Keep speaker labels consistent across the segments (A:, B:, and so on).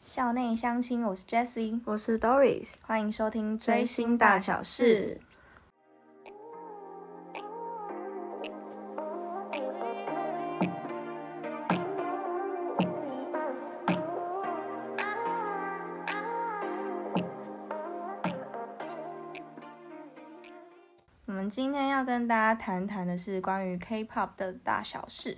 A: 校内相亲，我是 Jessie，
B: 我是 Doris，
A: 欢迎收听《
B: 追星大小事》。
A: 我们今天要跟大家谈谈的是关于 K-pop 的大小事。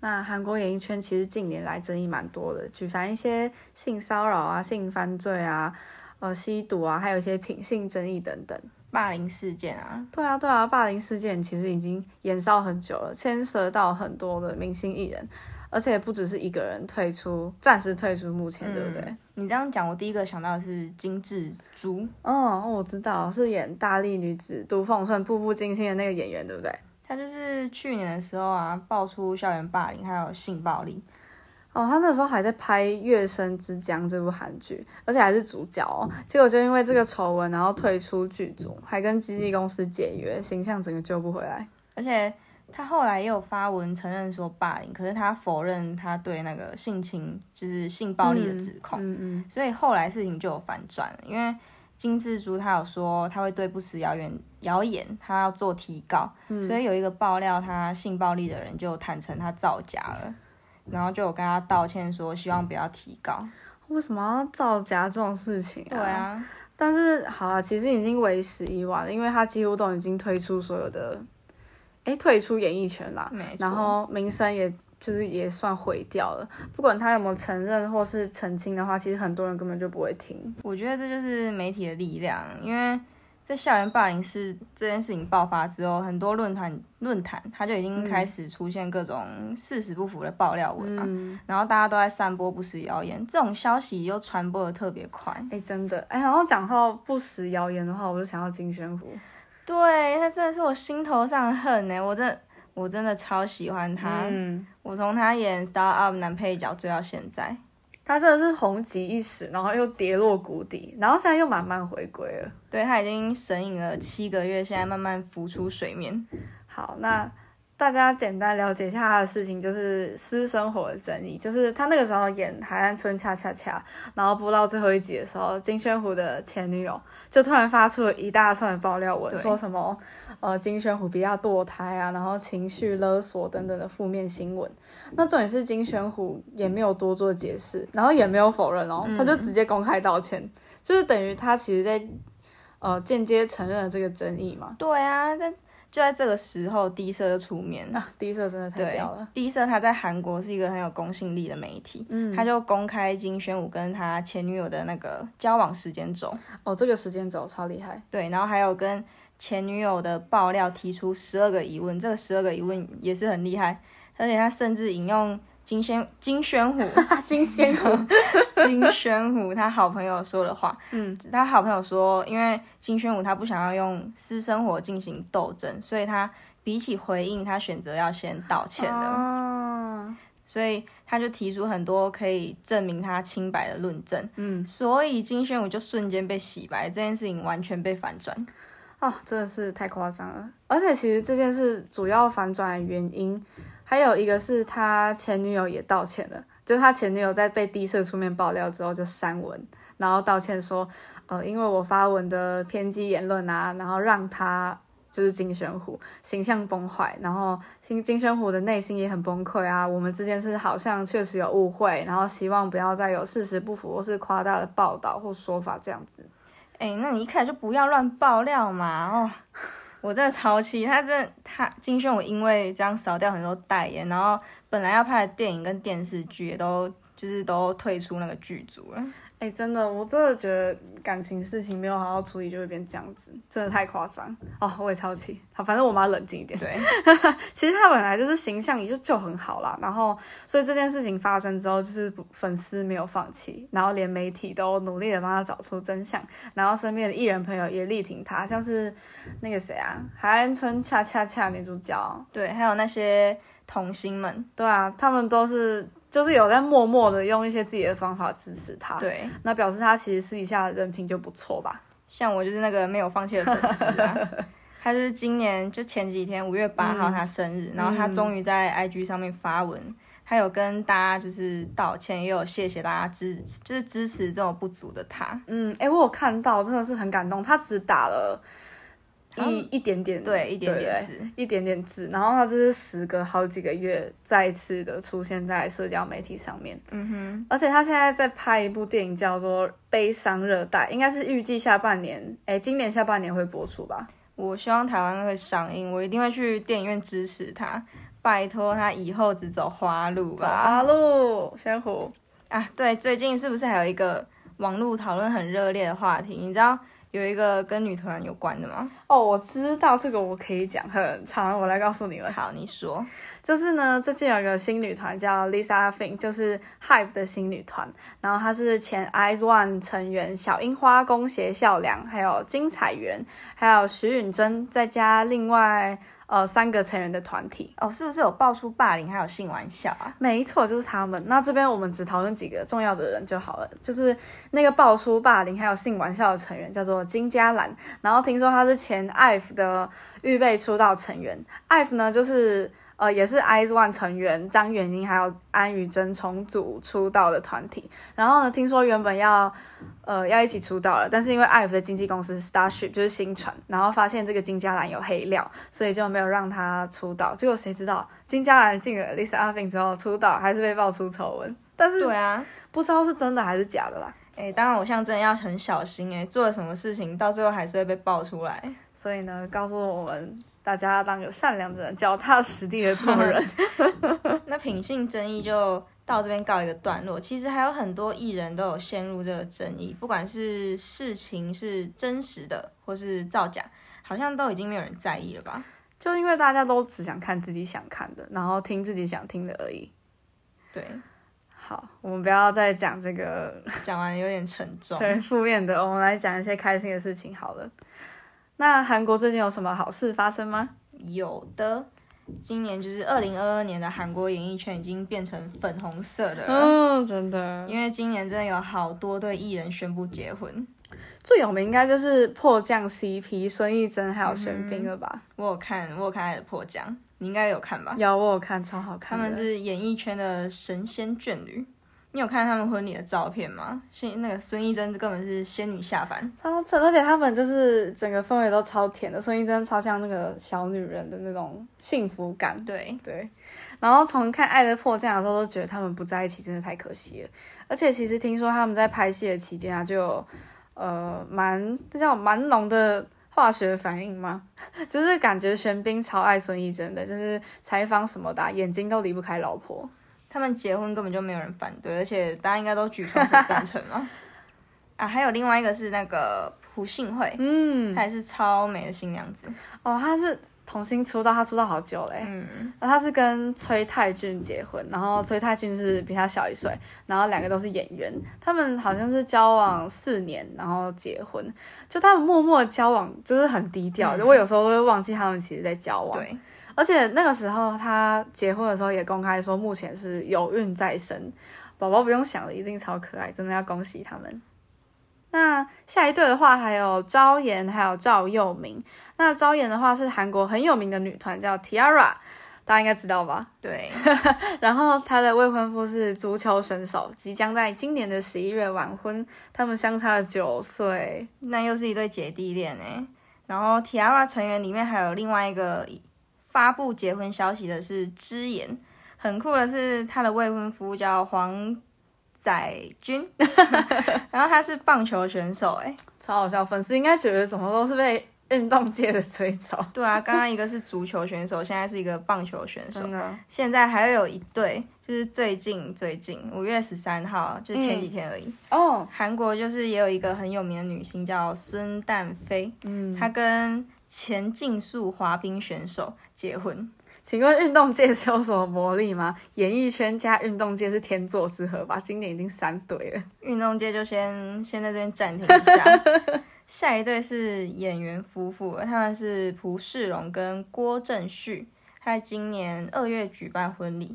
B: 那韩国演艺圈其实近年来争议蛮多的，举凡一些性骚扰啊、性犯罪啊、呃吸毒啊，还有一些品性争议等等。
A: 霸凌事件啊，
B: 对啊，对啊，霸凌事件其实已经延烧很久了，牵涉到很多的明星艺人，而且不只是一个人退出，暂时退出目前，对不对
A: 嗯？你这样讲，我第一个想到的是金智洙，
B: 哦，我知道，是演大力女子都奉顺、步步惊心的那个演员，对不对？
A: 她就是去年的时候啊，爆出校园霸凌还有性暴力，
B: 哦，他那时候还在拍《月升之江》这部韩剧，而且还是主角哦。结果就因为这个丑闻，然后退出剧组，还跟经纪公司解约，形象整个救不回来。
A: 而且她后来也有发文承认说霸凌，可是她否认她对那个性侵就是性暴力的指控，
B: 嗯嗯，
A: 所以后来事情就有反转了，因为金智洙她有说她会对不实谣言谣言，她要做提告，
B: 嗯
A: 所以有一个爆料她性暴力的人就坦诚她造假了，然后就有跟她道歉说希望不要提告。
B: 为什么要造假这种事情、
A: 对啊，
B: 但是好啊，其实已经为时已晚了，因为他几乎都已经退出所有的，哎，退出演艺圈啦，
A: 没错
B: 然后名声也就是也算毁掉了。不管他有没有承认或是澄清的话，其实很多人根本就不会听。
A: 我觉得这就是媒体的力量，因为在校园霸凌事这件事情爆发之后，很多论坛论坛它就已经开始出现各种事实不符的爆料文嘛，啊然后大家都在散播不实谣言，这种消息又传播的特别快。
B: 哎，真的，哎，然后讲到不实谣言的话，我就想到金宣虎。
A: 对他真的是我心头上的恨呢、欸我真的我真的超喜欢他，
B: 嗯，
A: 我从他演《Star Up》男配角追到现在。
B: 他真的是红极一时，然后又跌落谷底，然后现在又慢慢回归了。
A: 对他已经神隐了七个月，现在慢慢浮出水面。
B: 好，那大家简单了解一下他的事情，就是私生活的争议，就是他那个时候演《海岸村恰恰恰》，然后播到最后一集的时候，金宣虎的前女友就突然发出了一大串的爆料文，
A: 对
B: 说什么呃金宣虎比较堕胎啊，然后情绪勒索等等的负面新闻。那重点是金宣虎也没有多做解释，然后也没有否认哦，
A: 嗯
B: 他就直接公开道歉，就是等于他其实在呃间接承认了这个争议嘛。
A: 对啊，但就在这个时候，低社就出面。
B: 啊，第一首真的太
A: 对
B: 屌了。，
A: 低社他在韩国是一个很有公信力的媒体，嗯，他就公开金宣武跟他前女友的那个交往时间轴，
B: 哦，这个时间轴超厉 害。
A: 对，然后还有跟前女友的爆料提出十二个疑问，这个十二个疑问也是很厉害，而且他甚至引用金宣金宣虎
B: 大 金仙虎
A: 嗯金宣虎他好朋友说的话，嗯，他好朋友说，因为金宣虎他不想要用私生活进行斗争，所以他比起回应，他选择要先道歉的。
B: 啊，
A: 所以他就提出很多可以证明他清白的论证，嗯，所以金宣武就瞬间被洗白，这件事情完全被反转，
B: 哦，真的是太夸张了。而且其实这件事主要反转的原因，还有一个是他前女友也道歉了，就是他前女友在被低社出面爆料之后就删文，然后道歉说，呃，因为我发文的偏激言论啊，然后让他。就是金宣虎形象崩坏，然后金金宣虎的内心也很崩溃啊。我们之间是好像确实有误会，然后希望不要再有事实不符或是夸大的报道或说法这样子。
A: 哎、那你一开始就不要乱爆料嘛，哦，我真的超气，他真的他金宣武因为这样少掉很多代言，然后本来要拍的电影跟电视剧也都就是都退出那个剧组了，
B: 哎、真的，我真的觉得感情事情没有好好处理就会变这样子，真的太夸张哦！我也超气，好，反正我妈冷静一点。
A: 对。
B: 其实她本来就是形象也就就很好啦，然后所以这件事情发生之后，就是不粉丝没有放弃，然后连媒体都努力的帮她找出真相，然后身边的艺人朋友也力挺她，像是那个谁啊，海岸村恰恰恰女主角，
A: 对，还有那些童星们，
B: 对啊，他们都是就是有在默默的用一些自己的方法支持她，，
A: 对，
B: 那表示她其实私底下的人品就不错吧。
A: 像我就是那个没有放弃的粉丝啊。他就是今年就前几天五月八号他生日，然后他终于在 IG 上面发文，他有跟大家就是道歉，也有谢谢大家支，就是支持这种不足的他。
B: 嗯，哎、我有看到，真的是很感动。他只打了
A: 好像
B: 一一点点，
A: 对，一点点
B: 嗯对
A: 字。
B: 一点点字，然后他这是时隔好几个月再一次的出现在社交媒体上面。
A: 嗯哼，
B: 而且他现在在拍一部电影，叫做《悲伤热带》，应该是预计下半年，哎，今年下半年会播出吧？
A: 我希望台湾会上映，我一定会去电影院支持他。拜托他以后只走花
B: 哦
A: 路吧。
B: 八路玄虎，
A: 啊，对，最近是不是还有一个网络讨论很热烈的话题？你知道有一个跟女团有关的吗？
B: 哦，我知道这个，我可以讲很长，我来告诉你们。
A: 好，你说。
B: 就是呢，最近有一个新女团叫 Lisa Fink，就是 Hype 的新女团，然后她是前 Ice One 成员小樱花、宫胁孝良，还有金彩媛，还有徐允珍，再加另外呃三个成员的团体。
A: 哦，是不是有爆出霸凌还有性玩笑啊？
B: 没错，就是他们。那这边我们只讨论几个重要的人就好了，就是那个爆出霸凌还有性玩笑的成员叫做金嘉兰，然后听说她是前 IVE 的预备出道成员。IVE 呢，就是呃也是 IZ ONE 成员张元英还有安宇珍重组出道的团体。然后呢，听说原本要呃要一起出道了，但是因为 IVE 的经纪公司 Starship 就是新传，然后发现这个金嘉兰有黑料，所以就没有让她出道。结果谁知道金嘉兰进了 Lisa a f i n 之后出道，还是被爆出丑闻，但是
A: 对啊，
B: 不知道是真的还是假的啦。
A: 哎，当然偶像真的要很小心哎，做了什么事情到最后还是会被爆出来。
B: 所以呢，告诉我们大家当个善良的人，脚踏实地的做 人。
A: 那品性争议就到这边告一个段落。其实还有很多艺人都有陷入这个争议，不管是事情是真实的或是造假，好像都已经没有人在意了吧？
B: 就因为大家都只想看自己想看的，然后听自己想听的而已。
A: 对，
B: 好，我们不要再讲这个
A: 讲完有点沉重。
B: 对负面的，我们来讲一些开心的事情好了。那韩国最近有什么好事发生吗？
A: 有的。今年就是二零二二年的韩国演艺圈已经变成粉红色的了，
B: 嗯，真的，
A: 因为今年真的有好多对艺人宣布结婚。
B: 最有名应该就是迫降 CP 孙艺珍还有玄
A: 嗯
B: 彬了吧？
A: 我有看，我有看《爱的迫降》，你应该有看吧？
B: 有我有看，超好
A: 啊他
B: 看的。
A: 们是演艺圈的神仙眷侣。你有看他们婚礼的照片吗？是那个孙艺珍根本是仙女下凡，
B: 超正，而且他们就是整个氛围都超甜的，孙艺珍超像那个小女人的那种幸福感。
A: 对，
B: 对，然后从看《爱的迫降》的时候，都觉得他们不在一起真的太可惜了。而且其实听说他们在拍戏的期间啊，就有呃蛮这叫蛮浓的化学反应吗？ 就是感觉玄彬超爱孙艺珍的，就是采访什么的啊、眼睛都离不开老婆。
A: 他们结婚根本就没有人反对，而且大家应该都举双手赞成 嘛。啊，还有另外一个是那个朴信惠，
B: 嗯，
A: 她也是超美的新娘子。
B: 哦，她是童星出道，她出道好久嘞、
A: 嗯，
B: 然后他是跟崔泰俊结婚，然后崔泰俊是比他小一岁，然后两个都是演员，他们好像是交往四年，然后结婚，就他们默默交往，就是很低调，
A: 嗯
B: 就我有时候会忘记他们其实在交往。
A: 对，
B: 而且那个时候他结婚的时候也公开说，目前是有孕在身，宝宝不用想了，一定超可爱，真的要恭喜他们。那下一对的话，还有昭妍，还有赵佑明。那昭妍的话是韩国很有名的女团，叫 Tiara，大家应该知道吧？
A: 对，
B: 然后她的未婚夫是足球选手，即将在今年的十一月晚婚，他们相差了九岁。
A: 那又是一对姐弟恋哎。然后 Tiara 成员里面还有另外一个发布结婚消息的是之言，很酷的是她的未婚夫叫黄载君，然后他是棒球选手哎。
B: 超好笑，粉丝应该觉得怎么都是被运动界的追走，
A: 对啊，刚刚一个是足球选手，现在是一个棒球选手
B: 真，的。
A: 现在还有一对，就是最近最近五月十三号，就是前几天而已。
B: 哦，
A: 韩国就是也有一个很有名的女星叫孙淡菲，
B: 嗯，
A: 她跟前竞速滑冰选手结婚，
B: 请问运动界是有什么魔力吗？ 演艺圈加运动界是天作之合吧？今年已经三对了。
A: 运动界就先 先在这边暂停一下。下一对是演员夫妇，他们是朴世荣跟郭正旭，他在今年二月举办婚礼。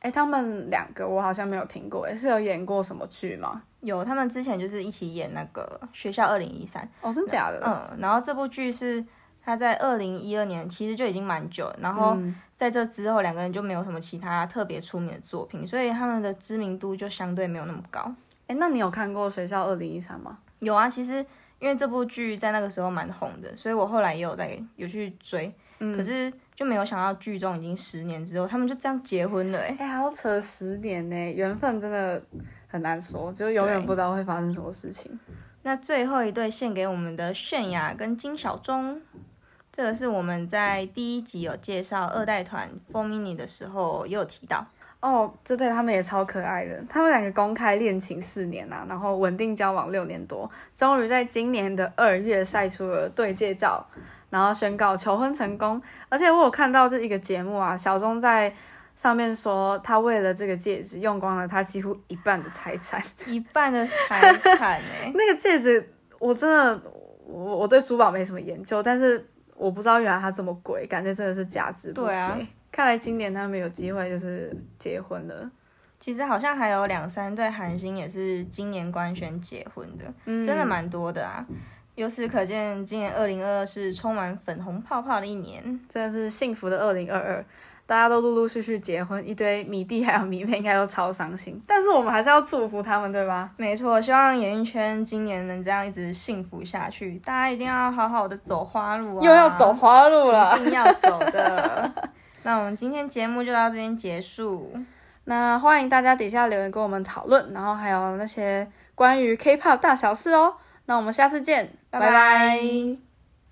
B: 哎，他们两个我好像没有听过，哎，是有演过什么剧吗？
A: 有，他们之前就是一起演那个《学校二零一三》，
B: 哦，真假的？
A: 嗯，然后这部剧是他在二零一二年其实就已经蛮久了，然后
B: 嗯
A: 在这之后两个人就没有什么其他特别出名的作品，所以他们的知名度就相对没有那么高。
B: 哎，那你有看过《学校二零一三》吗？
A: 有啊，其实因为这部剧在那个时候蛮红的，所以我后来也有在有去追，可是就没有想到剧中已经十年之后，他们就这样结婚了、欸，
B: 哎，还要扯十年呢，缘分真的很难说，就永远
A: 对
B: 不知道会发生什么事情。
A: 那最后一对献给我们的泫雅跟金小钟，这个是我们在第一集有介绍二代团 Four Mini 的时候也有提到，
B: 哦，这对他们也超可爱的。他们两个公开恋情四年啊，然后稳定交往六年多，终于在今年的二月晒出了对戒照，然后宣告求婚成功。而且我有看到这一个节目啊，小钟在上面说，他为了这个戒指用光了他几乎一半的财产。
A: 一半的财产哎、
B: 那个戒指，我真的，我我对珠宝没什么研究，但是我不知道原来它这么贵，感觉真的是价值不菲。
A: 对啊
B: 看来今年他们有机会就是结婚了。
A: 其实好像还有两三对韩星也是今年官宣结婚的，
B: 嗯
A: 真的蛮多的啊。由此可见，今年二零二二是充满粉红泡泡的一年。
B: 真的是幸福的二零二二，大家都陆陆续续结婚，一堆迷弟还有迷妹应该都超伤心，但是我们还是要祝福他们，对吧？
A: 没错，希望演艺圈今年能这样一直幸福下去。大家一定要好好的走花路啊！
B: 又要走花路了
A: 一。定要走的。那我们今天节目就到这边结束。
B: 那欢迎大家底下留言跟我们讨论，然后还有那些关于 K-pop 大小事哦。那我们下次见，
A: 拜
B: 拜
A: 拜
B: 拜